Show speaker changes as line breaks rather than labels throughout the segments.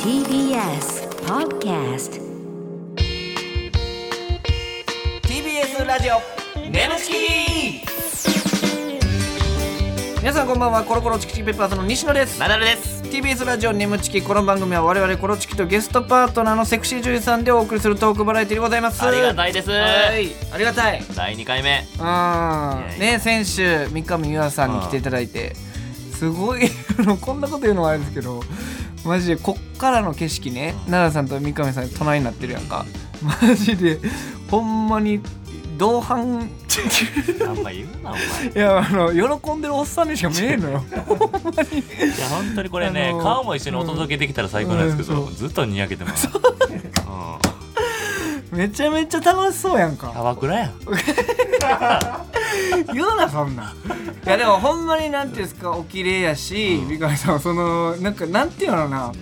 TBS Podcast
TBS ラジオ
ネムチキ
皆さんこんばんはコロコロチキチキペッパーズの西野です
ナダルです。
TBS ラジオネムチキこの番組は我々コロチキとゲストパートナーのセクシー女優さんでお送りするトークバラエティでございます
ありが
い
たいです。
はいありがたい
第2回目。
あー
いやい
ね先週三上優愛さんに来ていただいてすごいあのこんなこと言うのはあれですけどマジでこっからの景色ね奈良さんと三上さん隣になってるやんかマジでほんまに同伴
あんま言う な、お前。
いやあの喜んでるおっさんにしか見えんの よ
いや、本当にこれね、
あのー
顔も一緒にお届けできたら最高なんですけど、
うん
ずっとにやけてます。うん
めちゃめちゃ楽しそうやん
キャ
か
バクラやん。
言うなそんなんいやでもほんまになんていうんですかお綺麗やし三上さんはそのなんかなんていうのかな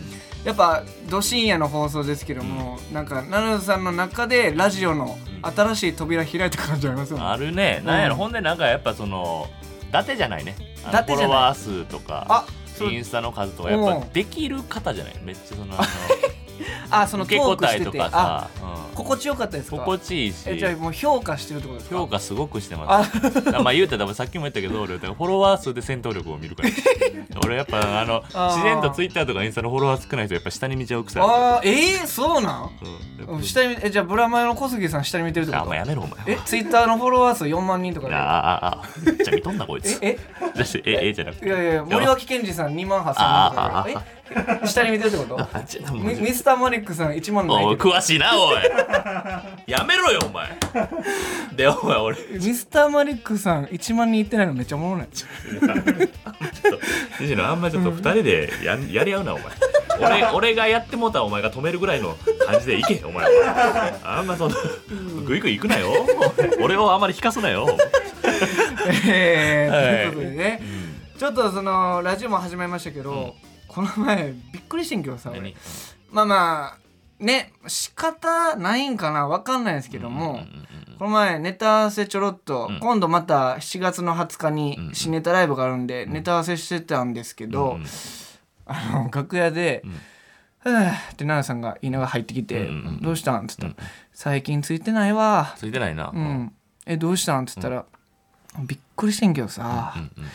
やっぱど深夜の放送ですけども、なんか奈良さんの中でラジオの新しい扉開いた感じありますよね
あるね。なんやろ、
うん
ほんでなんかやっぱその、伊達じゃないね。
伊
あの
達
フォ
じゃない
ロワー数とか
あ、そう
インスタの数とか、やっ
う
ぱ
ん
できる方じゃないめっち ゃその、あ
あそ
の
の
受け
トーク
答
し
え
て
と
て
か
あ
さ、うん
心地よかったですか
心地いいし。
えじゃあもう評価してるってことですか
評価すごくしてます。まあ言うたら多分さっきも言ったけど、俺だからフォロワー数で戦闘力を見るから。俺やっぱあの
あー
自然とツイッターとかインスタのフォロワー少ない人やっぱ下に見ちゃうくさ
あーえー、そうなん
い。うん
うん下にえじゃあブラマヨの小杉さん下に見てるってこ
あ、
と
もうやめろお前。
えツイッターのフォロワー数4万人とか
あ
で
あああめっちゃ見とんなこいつ。
え
だしええじゃなく
え
て。
いやいや森脇健児さん2万8
あ
千人とかでえ下に見てるって こと
あちょっともう
ミミスターマリックさん1万ない
おい
てる
詳しいなおい。やめろよお前。でお前俺。
ミスターマリックさん1万人いってないのめっちゃおもろない
西野あんまちょっと二人でや,、やり合うなお前俺俺がやってもうたらお前が止めるぐらいの感じでいけお前はあんまそのグイグイ行くなよ俺をあんまり引かすなよ
え
はい
ー、ということでね、ちょっとそのラジオも始まりましたけど、この前びっくりしてんけどさ俺
何
まあまあね仕方ないんかなわかんないですけども、この前ネタ合わせちょろっと、
うん
今度また7月の20日に
うん
新ネタライブがあるんで、ネタ合わせしてたんですけど、
うん
あの楽屋で
ん
「ふぅ」って奈良さんが言いながら入ってきて「
うんうんうん
どうしたん?」っつったら、最近ついてないわ」
ついてないな、
うん「えどうしたん?」っつったら、びっくりしてんけどさ、
うんうん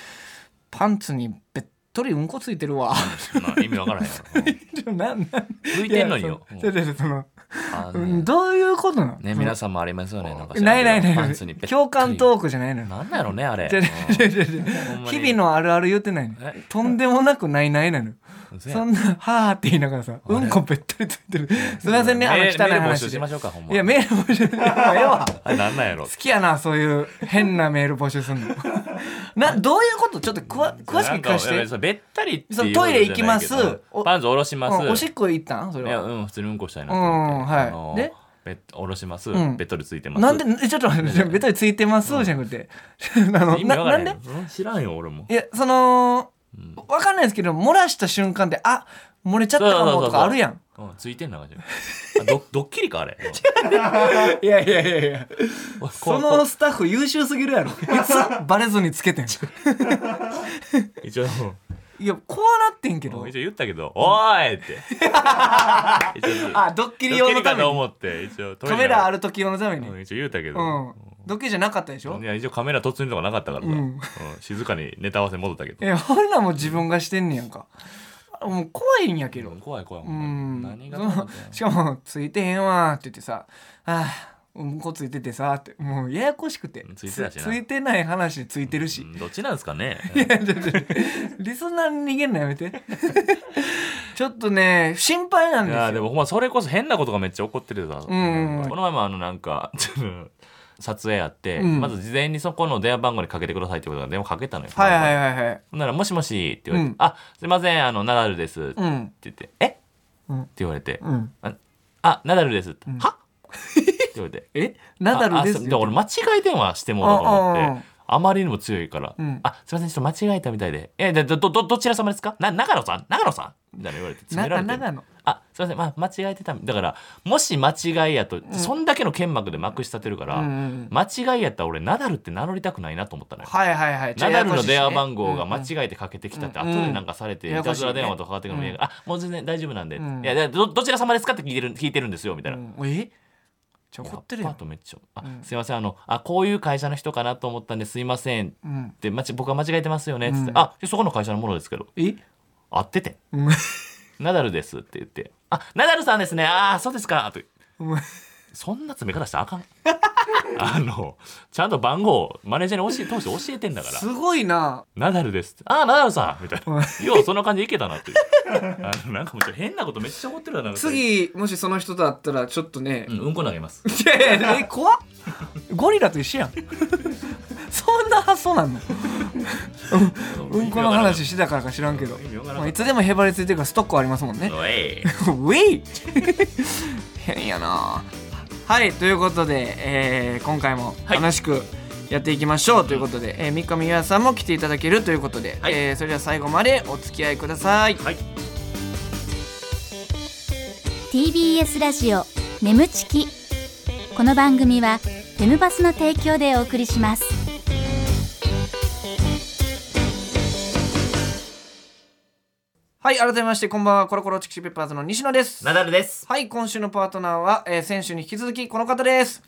パンツにべっとりうんこついてるわ」
まあ意味わからへんやろうん
なんなん
浮いてんのによ
いやそう違う違うその
あ
う
の
んどういうことなの
ね皆さんもありますよねなんか
ないないない
パ
な
ン
い
ツにべっ
共感トークじゃないの よ
なんだろうねあれ
じゃじゃじゃじゃ
ほんまに
日々のあるある言ってないのよ
え
とんでもなくないないなのよ
うん嘘や
そんな「はーって言いながらさうんこべったりついてるすいませんねあの
メー
汚
ル
い
メール募
話
集
で
しましょうかほんま
いやメール募集 して好
あれなんなんやろ
きやなそういう変なメール募集す んのな どういうことちょっとくわ詳しく聞かせ
なんかい
て
やそのべったりっていう
そのトイレ行きます
ことじゃないけど
お
パンツ下ろします、
うんおしっこ行ったんそ
い
れ
や
は
うん普通にうんこしたいなと思って、
うんはい
あの
で
べっ下ろします、
ん
ベッドについてます
なんでえちょっと待ってべったりついてますじゃなくて あの
意味わ
な
から
な
へ
ん
ん
で
うん知らんよ俺も
いやそのわかんないですけど漏らした瞬間であ漏れちゃったかもとかあるやん
うんついてんな感じあど ドッキリかあれ
いやいやいやいや
こ
そ
こ
のスタッフ優秀すぎるやろいつバレずにつけてんい
一応
やこうなってんけ
う
ど
ん一応言ったけど「おーい!」って 一応
あドッキリ用のた
か
め
と
に
思って一応トイ
カ
レ
メラある時用のためにう
うんん一応言うたけど、
ドッキリじゃなかったでしょ
いや一応カメラ突入とかなかったから
う
さ、うんん静かにネタ合わせ戻ったけど
え俺らも自分がしてんねやんかあもう怖いんやけど
怖い怖い、
う
ほん
ん
まに何が
そ
どうな
の
んだよ
しかも「ついてへんわ」って言ってさ「ああうんこついててさ」ってもうややこしくて
ついてたしな
ついてない話ついてるし、
うんどっちなんですか ね
リスナーに逃げんのやめてちょっとね心配なん
い
です
や
よ
でもほんまそれこそ変なことがめっちゃ起こってるさ、
んうん
この前もあのなんか撮影あって、
うん
まず事前にそこの電話番号にかけてくださいってことが電話かけたのよ、
はいはいはいはい
ほんなら「もしもし」って言われ
うん
て「あすいませんあのナダルです」って
うん
言って「えっ?」って
うん
言われて「
うん
ああナダルです」って「はって言われて
えナダルで
ああ
す
そうで俺間違い電話してもうたと思
うんうんう
っ
ん
て。あまりにも強いから、
うん
あすいませんちょっと間違えたみたいで「えどどどどちら様ですかな長野さん長野さん」みたいな言われて詰め
中
られて
長野
あすいません、まあ、間違えてただからもし間違いやと、そんだけの剣幕で幕したてるから、
うんうん
間違いやったら俺ナダルって名乗りたくないなと思ったのよ。
はいはいはい
ナダルの電話番号が
マ
間違
チ
えてかけてきたって、
うん
後でなんかされて、
うん
いたずら電話とかかかってくるのに、
やや
あもう全然大丈夫なんで、
うん
いやいやどどちら様ですかって聞いてる聞いてるんですよみたいな、
えちょ怒ってる
パ
や
ー
ん
トめっちゃあ、
うん
すいませんあのあこういう会社の人かなと思ったんですいませんっ
うん
てまち僕は間違えてますよねっつって、
うん
あそこの会社のものですけど
え
合ってて
うん
ナダルですって言ってあナダルさんですねああそうですかと
うん
そんな詰め方したら あかんあのちゃんと番号をマネージャーに教え通して教えてんだから
すごいな
ナダルですって。ああ、ナダルさんみたい
うん
な。よう、そんな感じでいけたなっていう。あのなんかもうちょっと変なことめっちゃ怒ってるな。なんか、
次もしその人と会ったらちょっとね
うん、うんこ投げます。
いやいやえ怖っ ゴリラと一緒やん そんな発想なんの うんこの話してたからか知らんけど
意味わからん
まあいつでもへばりついてるからストックはありますもんね
おい。
ウェイ変やなはいということで、えー今回も
はい
楽しくやっていきましょうということで、えー三上優愛さんも来ていただけるということで、
はい
えーそれでは最後までお付き合いください、
はい。
TBS ラジオ眠ちきこの番組はテムバスの提供でお送りします
はい改めましてこんばんはコロコロチキシペッパーズの西野です
ナダルです。
はい今週のパートナーは、えー先週に引き続きこの方です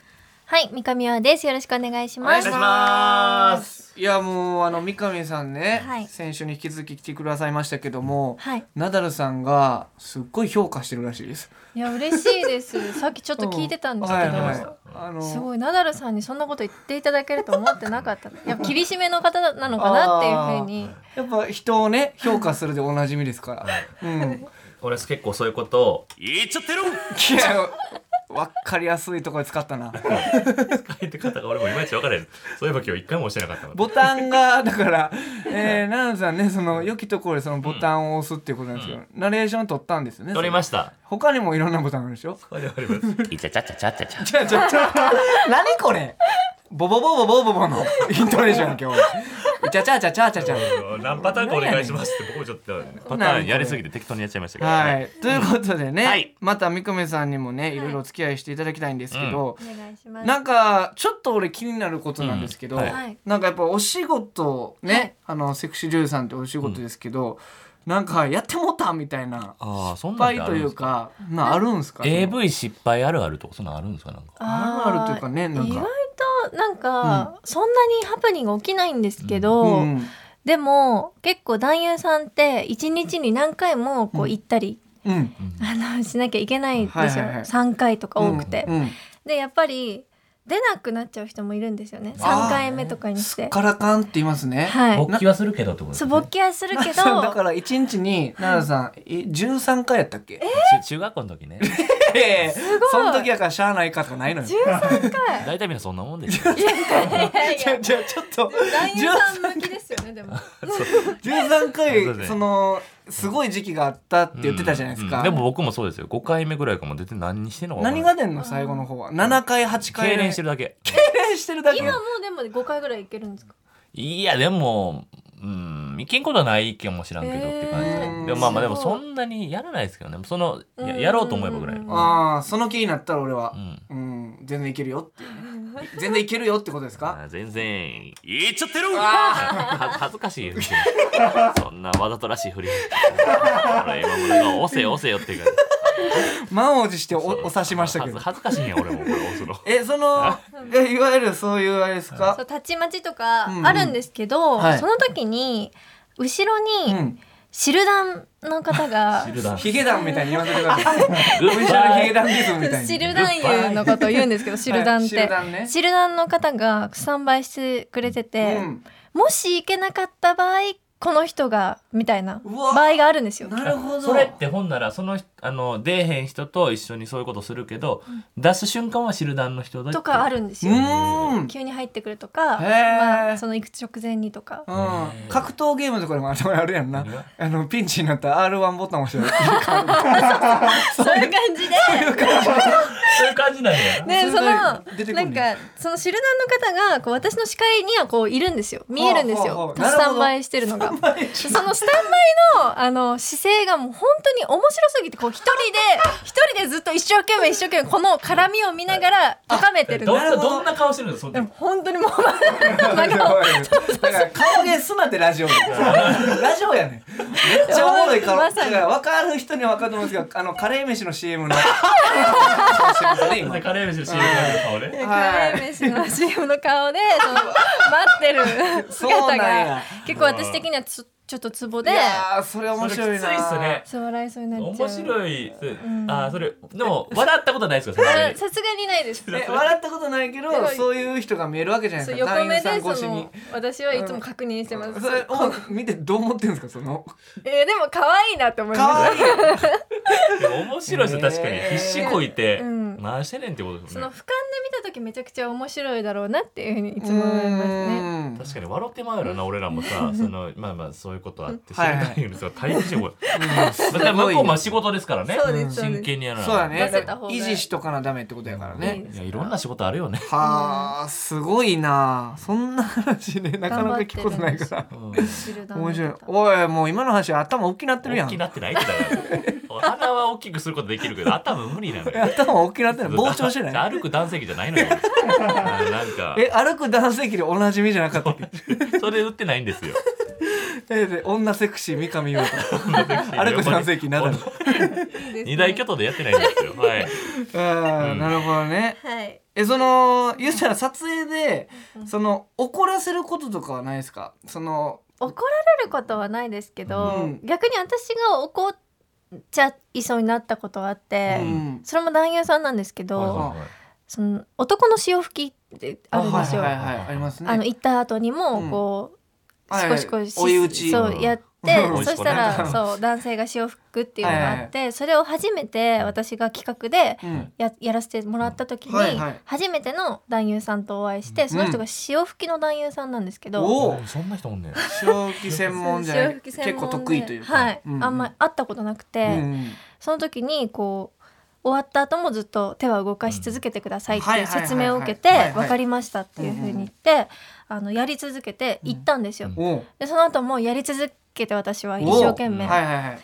はい、三上和です。よろしくお願いし
お願
ま
い
す。
します。
いやもうあの三上さんね、
はい
先週に引き続き来てくださいましたけども、
はい、
ナダルさんがすっごい評価してるらしいです。
いや、嬉しいです。 さっきちょっと聞いてたんです
は
けど。
いはいあの
すごいナダルさんにそんなこと言っていただけると思ってなかったやっぱ厳しめの方なのかなっていうふうに
やっぱ人をね評価するでおなじみですから。うん。
俺結構そういうことを言っちゃってる
いやわかりやすいところで使った な。
書いて方が俺もいまいち分からへん。そういえば今日一回も押してなかったの。
ボタンがだから、えー、ナダルさんねその良きところでそのボタンを押すっていうことなんですけど、ナレーション取ったんですよね。
取りま
し
した。
他にもいろんなボタンあるでしょ。
取ります。いちゃちゃちゃちゃちゃちゃ。
ちょちょちょ 何これ。ボボボボボボボのイントネーションや今日。ちゃちゃちゃちゃちゃちゃ。
何パターンかお願いしますって僕もちょっとパターンやりすぎて適当にやっちゃいましたけど、
はい、ということでね、
はい
また三上さんにもねいろいろお付き合いしていただきたいんですけど、
お願いします。
なんかちょっと俺気になることなんですけど、
うんはい
はい
なんかやっぱお仕事ね、
はい
あのセクシー女優さんってお仕事ですけど、なんかやってもうたみたいな
ああそん
失
な
敗
んってあ
と
る
い
んで
う
すか
かなあるんすか
AV 失敗あるあるとかそんなんあるんですかなんか
あ
あるあるというかねなんか
意外となんか、そんなにハプニング起きないんですけど、
うん
でも結構男優さんって一日に何回もこ
う
うん行ったり、
うん
あのしなきゃいけないんですよ、
はいはいはい
3回とか多くて、
うん
でやっぱり出なくなっちゃう人もいるんですよね
あー
3回目とかにし
すってからかんって言いますね、
はい
勃起はするけどってことです
そう
ね
勃起はするけど
そうだから一日に奈良さん、え13回やったっけ
ち中学校の時ね
えす
ごい
その時やからしゃあないかとかないのよ
13回
大体みんなそんなもんですよ
いやいやい
じゃあ
や
じゃあ ちょっと
男優さん向きですよね でも
13
そうだ
回
ね
そのすごい時期があったって言ってたじゃないですか、
うんでも僕もそうですよ5回目ぐらいかも出て何してんのか分か
何
らん
が出んの最後の方は7回8回
痙
で
攣してるだけ
痙攣してるだけ
今もうでも5回ぐらいいけるんですか
いやでもうんいけんことはないかもしらんけどって感じで、
えー
でもまあまあですも
ごい
そんなにやらないですけどねそのや
うん
やろうと思えばぐらいの
ああその気になったら俺は
うん
うん、全然いけるよっていうね全然いけるよってことですか
あ全然言っちゃってるは恥ずかしいですねそんなわざとらしいふり俺今もなんか押せ押せよっていうか
満を持しておお刺しましたけど
恥ず恥ずかしいんや俺もこれ押すの
えそのえいわゆるそういうあれです
そ
か
うたちまちとか
うんうん
あるんですけど、
はい
その時に後ろ
う
に
ん
シルダンの 方が、
シルダン
ヒゲダンみたいに言わせてください
グ
オリ
ッ
ジナル
バ
ヒ
イ
ゲダンリズムみたいに
シルダン優のことを言うんですけどシルダンって、
はいシルダンね
シルダンの方がスタンバイしてくれてて、
うん
もし行けなかった場合この人がみたいな
うわ
場合があるんですよ。
なるほど
それってほんならそのあの出えへん人と一緒にそういうことするけど、出す瞬間は知る団の人だ
とかあ
る
るんです
う
よ
ーん
急に入ってくるとか、
へー
まあ、その行く直前にと か
うん、格闘ゲームとかでもあれあるやんなあのピンチになったら R1 ボタン押 して
そういう感じで
そういう感じなんや、
で
それ
そのなん
出てくんね
かその知る団の方がこう私の視界にはこういるんですよ見えるんです
ほうほ
よ
うほうなる
ス
ほど
タンバイしてるのがそのスタンバイのあの姿勢がもう本当に面白すぎてこう一人で一人でずっと一生懸命一生懸命この絡みを見ながら高めてるん
どん
です
などんな顔してるのその
で
時
も本当にもう真
だ
顔
から顔芸すなってラジオでラジオやねんめっちゃおもろい顔
ま
だ
さ
か
に
ら分かる人には分かると思うんですけどあのカレー飯の CM の
カレー飯の CM がある顔ね
でカレー飯の CM の顔でその待ってる
そう
姿
なんや
が結構私的にはちょちょっとツボ
い
で
やーそれ
そ
面
れきつ
白
い
い
っ
な
すね
そう笑いそうになっちゃう
面白い
ん
あーそれでも笑ったことはないですかそ
あ
れ
さすがにないです
え笑ったことないけど
でも
そういう人が見えるわけじゃない
そう
ですか
横目で
団員
そ
さん越しに
の私はいつも確認してます、
それを見てどう思ってるんですかその
えーでも可愛いなって思い
可
ます
愛いい
でも面白いですよ確かに
ねえ
必死こいて
うん
回してねんってことです
そ
も
の
ん
俯瞰
ね
で見た時めちゃくちゃ面白いだろうなっていうふうにいつも思いますね
うーん
確かに笑ってまうよな俺らもさそのまあまあそういうことあって知
はい
ら
はい
ないようにさ待機しても
す
だから
ご
向
い
こうも仕事ですからね
そうですそうです
真剣にやらない
そうだね
出せた方が
維持しとかなダメってことやからね
いやいろんな仕事あるよね
はあすごいなそんな話 ねなかなか聞くことないから
うん
知る旦那
面白い
とか
おいもう今の話頭大きなってるや
大
ん
きなってないってだから鼻は大きくすることできるけど頭無理なの よ
頭大きなってる膨張してない
歩く男性器じゃないのよあのなんか
え歩く男性器でおなじみじゃなかったっけ
それ売ってないんですよ
えで女セクシー三上優斗歩く男性器なだろ
いいですね
二大巨頭でやってないんですよはい
あーなるほどね
はい
えその言ったら撮影でその怒らせることとかはないですかその
怒られることはないですけど、
うん
逆に私が怒っちゃいそうになったことがあって、
う
うん
それも男優さんなんですけど、
はいはいはい
その男の潮吹きってあるんですよ。
はいはいはいありますね
あの行った後にも
うん
こ
は
う、
い
シコシコし
追い打ち
そ うやって、
うん
そしたら、
追い打ちね
そう男性が潮吹くっていうのがあって、それを初めて私が企画で
うん
ややらせてもらった時に、
はいはい
初めての男優さんとお会いして、その人が潮吹きの男優さんなんですけど。
おお
おそんな人おんねん
正気専門じゃない
潮吹き専
結
門
構
で
得意というか
はい、
う
あんまり会ったことなくて、
うん
その時にこう終わった後もずっと手は動かし続けてくださいっていう説明を受け
はいはいはい
て
はい
分かりましたっていうふうに言ってあのやり続けて行ったんですよ。
おう
でその後もやり続けて私は一
おう
生懸命、
はいはいはい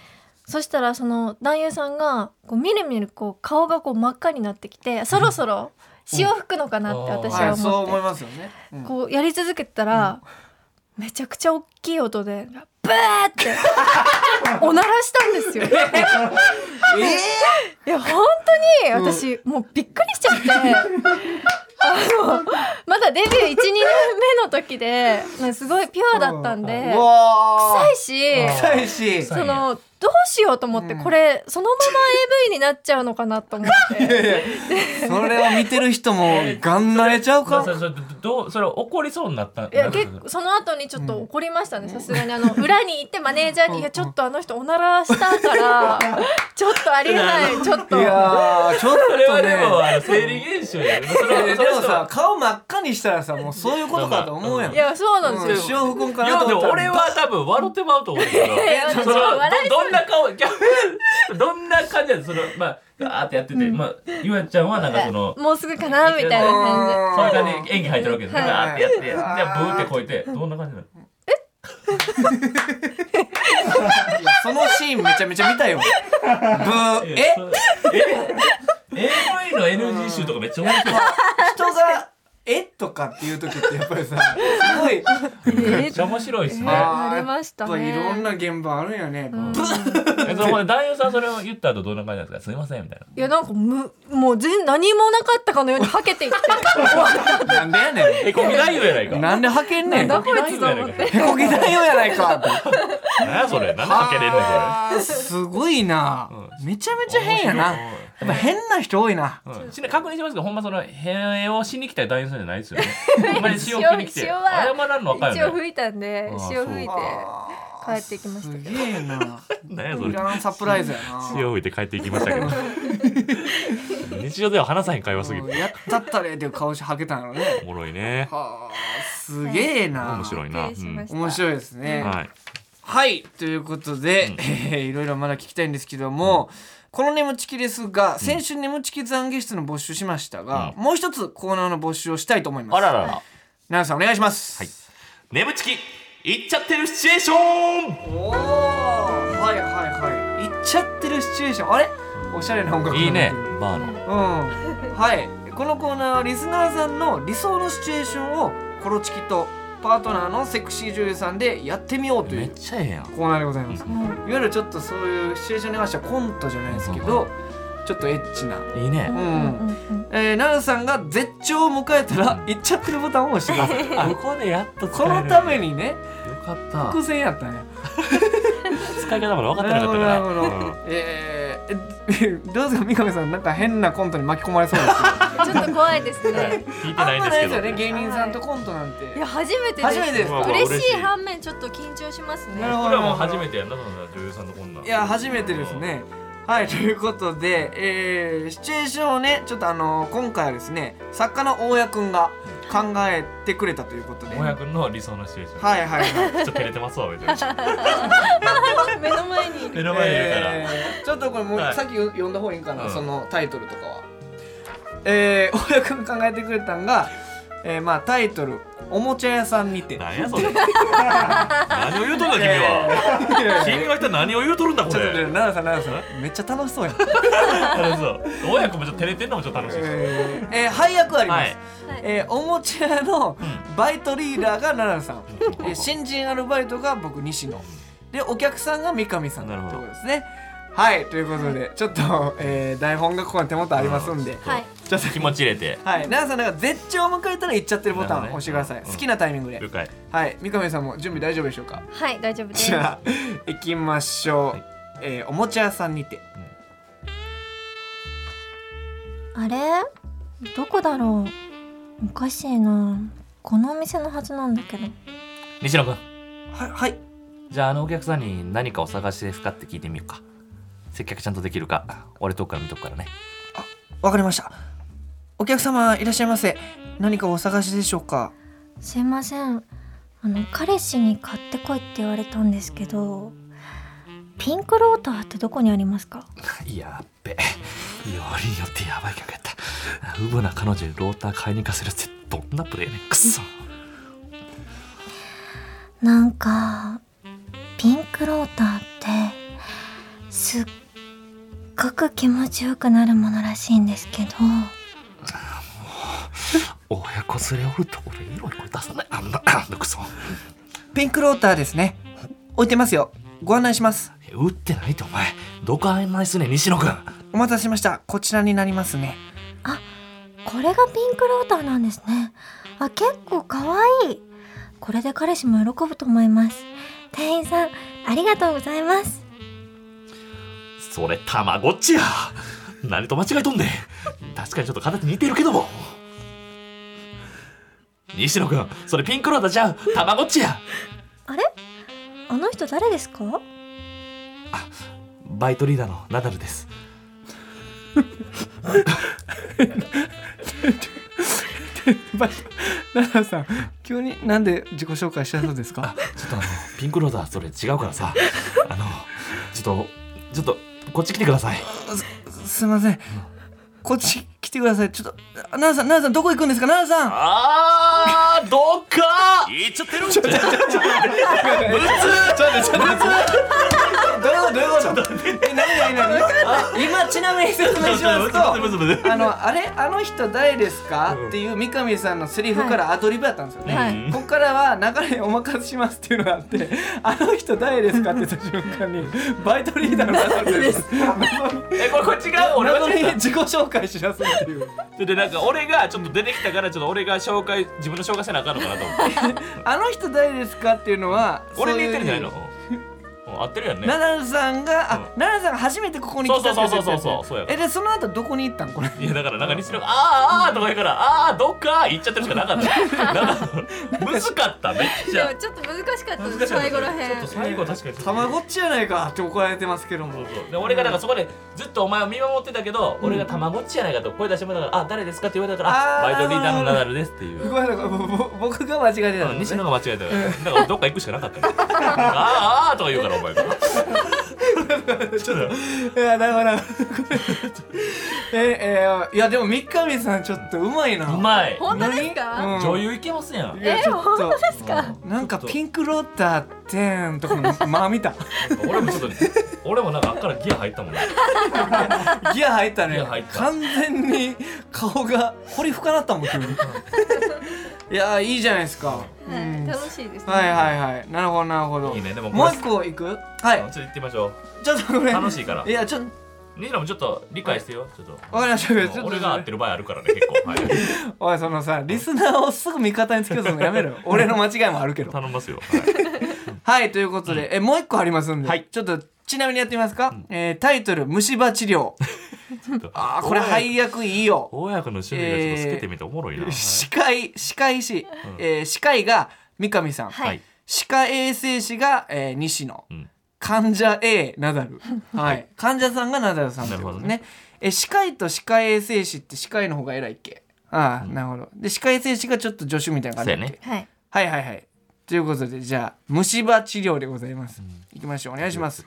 そしたらその男優さんがこうみるみるこう顔がこう真っ赤になってきてそろそろ潮吹くのかなって私
は、
はい
そう
思
思い
って
ますよね。うん
こうやり続けてたらめちゃくちゃ大きい音でブーっておならしたんですよ。いや本当に私、もうびっくりしちゃって あのまだデビュー12年目の時でなんかすごいピュアだったんで
うわ
臭いし
あ
臭いし。
臭
そのどうしようと思って、
うん
これそのまま AV になっちゃうのかなと思って。
それを見てる人もガン慣れちゃう
まあ
か
そ。れそれどうそれ怒りそうになった
い
な
や
る
結構その後にちょっと怒りましたねさすがにあの裏に行ってマネージャーに「いやちょっとあの人おならしたからちょっとありえないちょっ
い
と」
やーちょっ
それ
と
はで
ね。
もあの生理現象やけどそ
え
れ
で
それ
もさ顔真っ赤にしたらさもうそういうことかと思うやん。
いうやそうなんですよ
ん、潮吹くんか
い
な
や
と
で
思っ
も
たら
俺は多分笑ってまうと思うけど
や
その
ちょっと
ど
笑い
どんな顔逆に どんな感じやそのまあガーってやってて、まあゆあちゃんはなんかその
もうすぐかなみたいな感じで。
そういう感じで演技入ってるわけですね。
はい
ガーってやって、でブ
はい
ーってこいて、どんな感じなの？
そのシーンめちゃめちゃ見たよ。ブー
いや
え
それえ AV の NG 集とかめっちゃ面白い。
人がえとかっていう時ってやっぱりさすごい。
めっちゃ面白いですね。
あー
なりましたね
やっぱいろんな現場あるんやね。ブー
えそこで男優さんそれを言った後どんな感じなんですか？すいませんみたいな。
いやなんかむもう全何もなかったかのようにはけていって
なんでやね
えこきないよやない
ん。
か。
なんで履けんねん。
な
へ
んだこいつと思って
こきだよやないかって。
なんやそれ？なんでかけれんねんこれ。
あーすごいな、めちゃめちゃ変やなやっぱ
面
変な人多いな
白い。うん、しな確認しますけどほんまその平和をしに来た男優さんじゃないです よね。ほんまに塩
塩
切り来て
塩は
謝らんのわかる
一応
よね。
吹いたんで
あー
塩吹いて
あ
帰ってきました
す
けど
げえな。
何やそ
い
れ
らんサプライズやな。
強吹いて帰っていきました けど日常では話さへん会話すぎ
う
て
んやったったれっていう顔してはけたのね。
おもろいね
はあ、すげえな。
面白いな、う
びっくりしま
ん
し、
面白いですね。はい、
はい
ということで、
うん
えーいろいろまだ聞きたいんですけども、この眠ちきですが、先週眠ちき懺悔室の募集しましたが、
う
もう一つコーナーの募集をしたいと思います。
あららら
ナナさんお願いします。
はい眠ちき行っちゃってるシチュエーション
おお、はいはいはい。行っちゃってるシチュエーション。あれ、おしゃれな音楽。
いいね。バーの
うん、はい。このコーナーはリスナーさんの理想のシチュエーションをコロチキとパートナーのセクシー女優さんでやってみようとい
め
う
っちゃええやん
コーナーでございます。
う
いわゆるちょっとそういうシチュエーションに関してはコントじゃないですけど、ちょっとエッチな。
いいね
うん。えー、ナナさんが絶頂を迎えたら、行っちゃってるボタンを押して ください。
あここでやっと使
こ
える
のためにね、
よかった
伏線やったね。
使い方まで分かってなかったから
なるほどなるほどえー、え どうですか三上さんなんか変なコントに巻き込まれそうですけど
ちょっと怖いですね
聞 いてな
あん
いん
ま
で
ないですす
け
よ
ど
ね芸人さんとコントなんて、
いや初めてで
初
す
めてですか
嬉しい反面ちょっと緊張しますね
なるほど
これはもう初めてやんなそんな女優さんとこんなん
いや初めてですねはいということで、えー、シチュエーションをねちょっとあのー今回はですね作家の大家くんが考えてくれたということで
も
は
や
い
くんの理想のシチュエーション、
はいはい
ちょっと照れてますわめちゃくちゃ
目の 前にいる
目の前にいるから、
えーちょっとこれもう、
はい
さっきよ読んだ方がいいんかな、
うん
そのタイトルとかはえー、大家くんが考えてくれたんが、えー、まあタイトル「おもちゃ屋さんに て」
なんやそれ何を言うとんだ君は
えーいやいや
君は一体何を言うとるんだこ
ちょっと
れ
ね、奈良さん、奈良さん、めっちゃ楽しそうやん。
そう親子もちょっと照れてんのもちょっと楽しいし、
えー、えー、配役あります。
はい
えー、おもちゃ屋のバイトリーダーが奈良さん、
うん
えー、新人アルバイトが僕西野、でお客さんが三上さんと
なる
いう
ほど
ことですね。はい、ということで、ちょっと、えー、台本がここに手元ありますんで、
はい
ちょっと。
気持ち入れて
はい、奈良さんなんか絶頂を迎えたら行っちゃってるボタンを押してください、
なるほどねうん
好きなタイミングで、
了解
はい三上さんも準備大丈夫でしょうか
はい大丈夫です
じゃあ行きましょう、
はい
えーおもちゃ屋さんにて
あれどこだろうおかしいなこのお店のはずなんだけど
西野君
はいはい
じゃああのお客さんに何かお探しですかって聞いてみようか接客ちゃんとできるか俺遠くから見とくからね
わかりました。お客様いらっしゃいませ。何かお探しでしょうか。
すいませんあの彼氏に買ってこいって言われたんですけどピンクローターってどこにありますか
やっべよりによってやばい客やったウブな彼女にローター買いに行かせるってどんなプレーねくそ
なんかピンクローターってすっごく気持ちよくなるものらしいんですけど
親子連れおると俺色々出さないあんなあんなクソ
ピンクローターですね。置いてますよ。ご案内します。
打ってないってお前どこ案内すね西野君
お待たせしました。こちらになりますね。
これがピンクローターなんですねあ結構かわいいこれで彼氏も喜ぶと思います店員さんありがとうございます
それたまごっちや何と間違えとんねん確かにちょっと形似てるけども西野君それピンクローターちゃうたまごっちや
あれあの人誰ですか
バイトリーダーのナダルです
奈良さん、急になんで自己紹介したそうですか。
ちょっとあのピンクローターそれ違うからさあのちょっとちょっとこっち来てください
すいません。こっち来てください。ちょっと奈良さん、奈良さんどこ行くんですか。奈良さん。
あーどっか言っちゃってるんちゃむずー
どういうことどういうこと。え、なになになに。今ちなみに説明しますと。
むずむずむずむず
あの、あれ、あの人誰ですか、
うん
っていう三上さんのセリフからアドリブやったんですよね。
はい
うん
ここからは流れお任せしますっていうのがあって、あの人誰ですかって言った瞬間に、バイトリーダーの方です。
えこれこれ違う俺
謎
は
に
違う
自己紹介しなさいっていう。
でなんか俺がちょっと出てきたからちょっと俺が紹介自分の紹介せなあかんのかなと思って
あの人誰ですかっていうのは、
俺に言ってるんじゃないの
そういう
うん合ってるやんね
ナダルさんが、あ、ナダルさんが初めてここに来たって
そうそうそうそうそうそうやから
えでその後どこに行ったんこれ
いやだからなんか西野が「あーあー」とか言うから「あーどっか」行っちゃってるしかなかったなんか難かっためっち
で
ゃ
もちょっと難しかった
難し
で
か
す
った
最後らへん
ちょっと最後確かに
たまごっちやないかって怒られてますけど
そ
も
うそうで俺がなんかそこでずっとお前を見守ってたけど、俺がたまごっちやないかと声出してもらったから「あ誰ですか?」って言われたから「あ
あ
バ
ー
イトリーダーのナダルです」っていう
ごめんなさいぼぼ僕が間違えてたのね
西野が間違えたからだから俺どっか行くしかなかったよ あーあーとか言うからお前がちょっと
いやだからええーいやでも三上さんちょっとうまいな
うまい
本当ですか
何
女優いけますやん
いやちょっと
ですか
なんかピ
ン
ンクローターテンとかのまあ見た
俺もちょっと俺もなんかあっからギア入ったもんね
ギア入った
ギ
ね
ア入った
完全に顔が掘り深なったもん急 にいやいいじゃないですか、うん
はい楽しいですね
はいはいはいなるほどなるほど
いいねでもこ
も
れ
う一個いくは
ちょ
い
っと行ってみましょう
ちょっとこれ
楽しいから
いやちょっ
ニーラもちょっと理解してよちょっと
とわかりましたちょっと
俺が合ってる場合あるからね結構、 はい、
おいそのさリスナーをすぐ味方につけようとするのやめ ろよ俺の間違いもあるけど
頼みますよ、はい
はいということで、えもう一個ありますんで、
はい
ちょっとちなみにやってみますか、えータイトル「虫歯治療」あーこれ配役いいよ
大家君の趣味がちょっと透けてみておもろいな、はい
歯科医歯科医師、えー歯科医が三上さん、
はい
はい
歯科衛生士が、えー西野、
うん
患者 A ナダ ル、はい、患者さんがナダルさんってこと
なるほ
ね
どね
え歯科医と歯科衛生士って歯科医の方が偉いっけああ、なるほどで歯科衛生士がちょっと助手みたいな感じだっけ
そうやね
はい
はいはいはいということでじゃあ虫歯治療でございます、いきましょうお願いします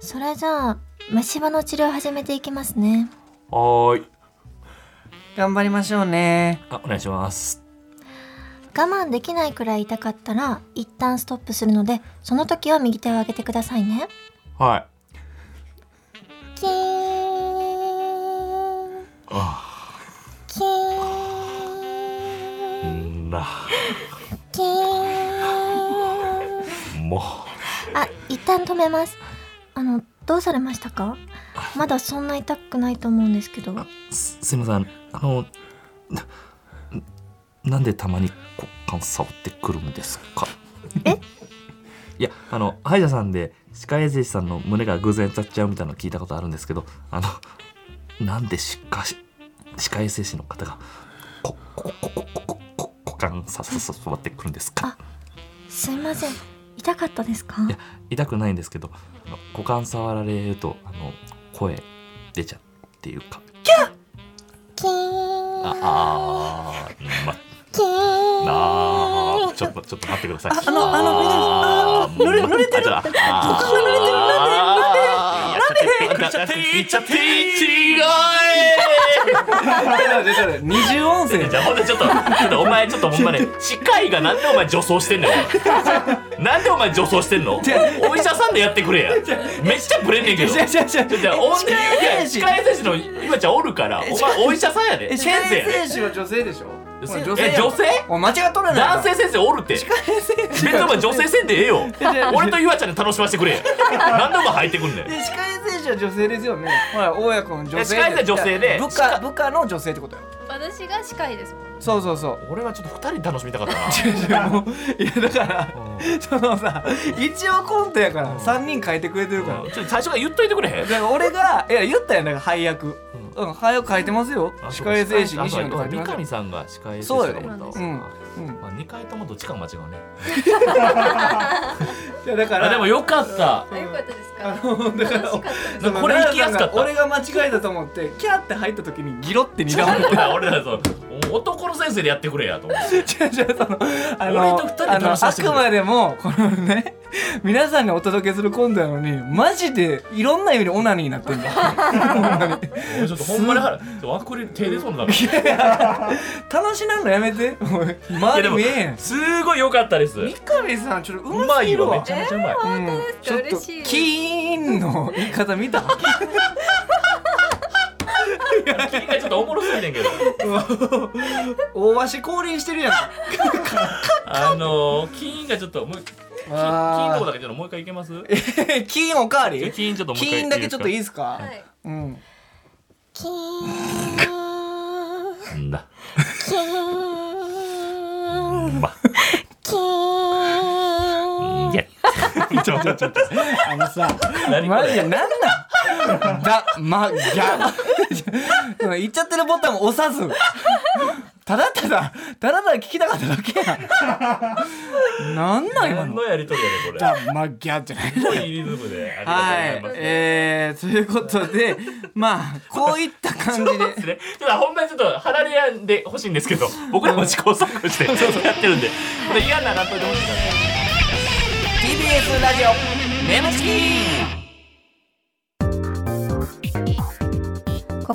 それじゃあ虫歯の治療始めていきますね
はーい
頑張りましょうね
あお願いします
我慢できないくらい痛かったら一旦ストップするのでその時は右手を上げてくださいね
はい
キーン
あ
キーン
んな
キーン
もう
あ一旦止めますあのどうされましたかまだそんな痛くないと思うんですけど
すすいませんあのななんでたまに骨幹触ってくるんですか
え
いやあの歯医者さんで歯科衛生士さんの胸が偶然当たっちゃうみたいなの聞いたことあるんですけどあのなんで歯科歯科衛生士の方がこここここここ股間さささ触ってくるんですか
すいません痛かったですか
いや痛くないんですけどあの股間触られるとあの声出ちゃうっていうか
キーン
ああー、ま
キーン
あーちょっとちょっと待ってください。あ
のあのみんな
あー、濡れ濡れてる。あ、ここ濡れてる。なんでなんでなんで。なんで。いっちゃって違う。
二重音声
じゃあほんでちょっとちょっとお前ちょっとほんまね歯科医がなんでお前女装してんの。なんでお前女装してんの。お医者さんでやってくれや。めっちゃブレんねんけど。
違う違う違う
じゃあオン
歯
デ
科衛生士
歯科衛生士の今ちゃんおるからお前お医者さんやで。
え
先生やで。
先生は女性でしょほら
え女性？
お前間違っとるやないか
男性先生おるって。別にお前女性せんでええよ俺とゆあちゃんで楽しませてくれ何でも入ってくんねん
で歯科衛生士は女性ですよねほら大家君女性で
歯科衛生女性で
部
歯
下
科
部下の女性ってことよ
私が司会ですもん
そうそうそう
俺はちょっと二人楽しみたかったな
いやもういやだからそのさ一応コントやから3人変えてくれてるから
うんちょっと最初から言っといてくれへん
だから俺がいや言ったやんだから配役うん配役変えてますよ
あ
歯
そう
科衛生士
あ
西
そう
野とか
三上さんが歯科衛生士だと思ったわ
そうよねうんうん
まあ二回ともどっちか間違うね
いやだか
あ
ら
でもよかった
あよかったです
あ
か
のだから
でもこれ行きやすかった
俺が間違えたと思ってキャーって入った時にギロって睨 まれ
俺ら俺らそう男の先生でやってくれやと思って
違う違うそのあ
俺と二人で
あの
楽しま
あ
せてく
く
れ
までもこのね皆さんにお届けするコントなのにマジでいろんな意味でオナニーになってんだよ ほんまに
もうちょっとほんまに腹ちょわこれ手出そうになる
楽しなんのやめておい
いや
周
で
り
も
見えへん
すごいよかったです
三上さんちょっとう
う
ま
ますい
ぎる
よ
わ
めちゃめちゃうまい
うん
ですか嬉しいです
キーンの言い方見た
君がちょっとおもろすぎてんけど
大鷲降臨してるやんか
あのー、金がちょっともう金金のとこだけちょっともう一回いけます？
ー キーンおかわり
金ちょっともう一回
キーンだけちょっといいですか、
はい
うん
キーン
す。んだ。
キーン
うんま。
キーン
ちょちょちょちょ
あのさ
何こ
マジで
れ
何 なんだ、ま、ギャ。言っちゃってるボタン を押さず。ただただ、ただただ聞きたかっただけや ん。なんなん今
何
の。
のやりとりやねんこれ
だまギャじゃない
すごいリズムで
は
ありが
い
とうございます、。
えー、ということで、まあ、こういった感じ
です
で。
ね。ただ本番ちょっと離れやんでほしいんですけど、僕らも試行錯誤して やってるんで、これ嫌ならんといてほしいな。
TBS ラジオ、ネムチキ
こ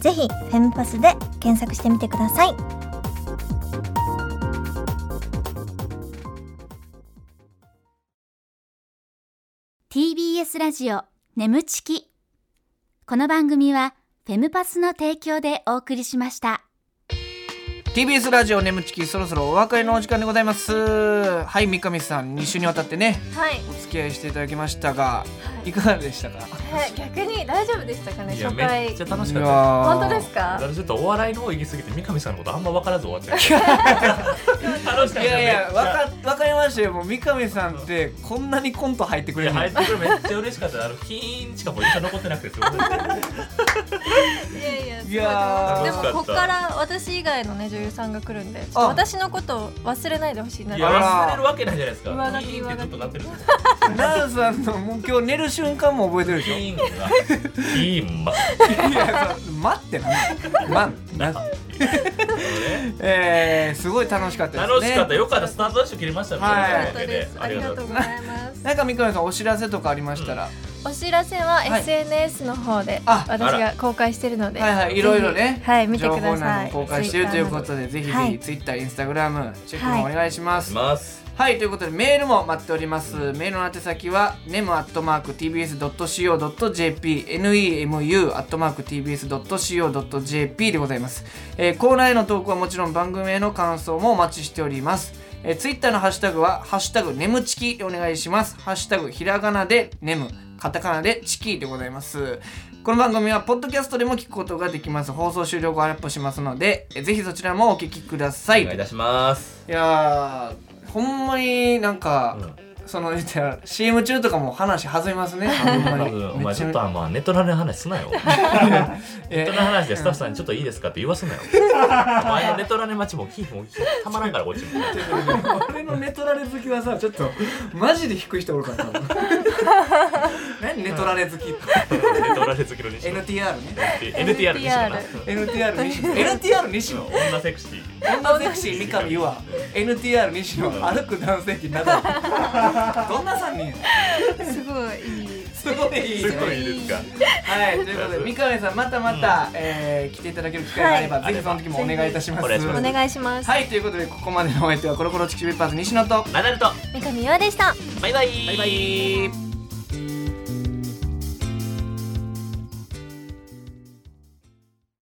ぜひフェムパスで検索してみてください。
TBS ラジオ眠ちきこの番組はフェムパスの提供でお送りしました
TBS ラジオネムチキそろそろお別れのお時間でございますはい三上さん2週にわたってね
はい
お付き合いしていただきましたが
はい
いかがでしたか
はい、逆に大丈夫でしたかね、
いや
初
めっ
回
ちゃ。楽し
い
か
や
った。
ー
本当ですか。
ちょっとお笑いの方行き過ぎて三上さんのことあんま分からず終わっちゃった。楽しかった。
いやいやわかわかりましたよもう三上さんってこんなにコント入ってく
い
れ
や
るの
入ってくるめっちゃ嬉しかった。あのキーンしかもう印象残ってなくてすごい。
いやいやすごい
いやー
でも、でもこっから私以外のね、女優さんが来るんで、ちょっと
あ
私のことを忘れないでほしいな。
い
い
や
や、
忘れるわけないじゃないですか。
上書き
キーンってずっとなってるんですよ。
奈良さんのもう今日寝る瞬間も覚えてるで
キ
しょい
ーンがキーンま。
やそう待ってな待ってなえー、すごい楽しかったですね
楽しかった。よかった。スタートダッシュ切れましたね。
はい
良かったです。ありがとうございます。
なんか三上さんお知らせとかありましたら、
お知らせは
はい
SNS の方で
あ
私
あら
が公開してるので、
はいはいいろいろね
ぜひはい、見て
情
く
報
だ
な
さ
ども
い。
公開しているということでぜひぜ
は
ひ
い
Twitter、Instagram チェックもお願いします。はい
ます。
ということでメールも待っております。メールの宛先は nemu.tbs.co.jp nemu.tbs.co.jp でございます、えーコーナーへの投稿はもちろん番組への感想もお待ちしております。えー、Twitter のハッシュタグは「ハッシュタグネムチキ」でお願いします。ハッシュタグひらがなでネムカタカナでチキでございます。この番組はポッドキャストでも聞くことができます。放送終了後アップしますので、えぜひそちらもお聞きください。
お願いいたします。
いやーほんまになんか、
うん
その言ったら CM 中とかも話弾み ますねほんまに
お前ちょっ
め
と
ゃ
あんまネットの話すなよ。 ネッ
え
トの話でスタッフさんにちょっといいですかって言わすなよ。お前のネトラネ待ちもキーもたまらんからこっちも。
俺のネトラレ好きはさちょっとマジで低い人おるからな 何ネトラレ好きって
ネトラネ好きの西野。
NTR ね
NTR 西野 な。
NTR 西野 NTR 西野
女セクシー。
女セクシー三上優愛 NTR 西野歩く男性器 などどんな3人や
すごいいい。
すごいいい
すごいいいですか。
はい、ということ で、三上さん、またまた、えー来ていただける機会があれば、ぜひその時もお願いいたします。
お願いします
お願いします。
はい、ということで、ここまでのお相手は、コロコロチキチキペッパーズ西野と。
ナダルと
三上優愛でした。
バイバイ。バイバイ。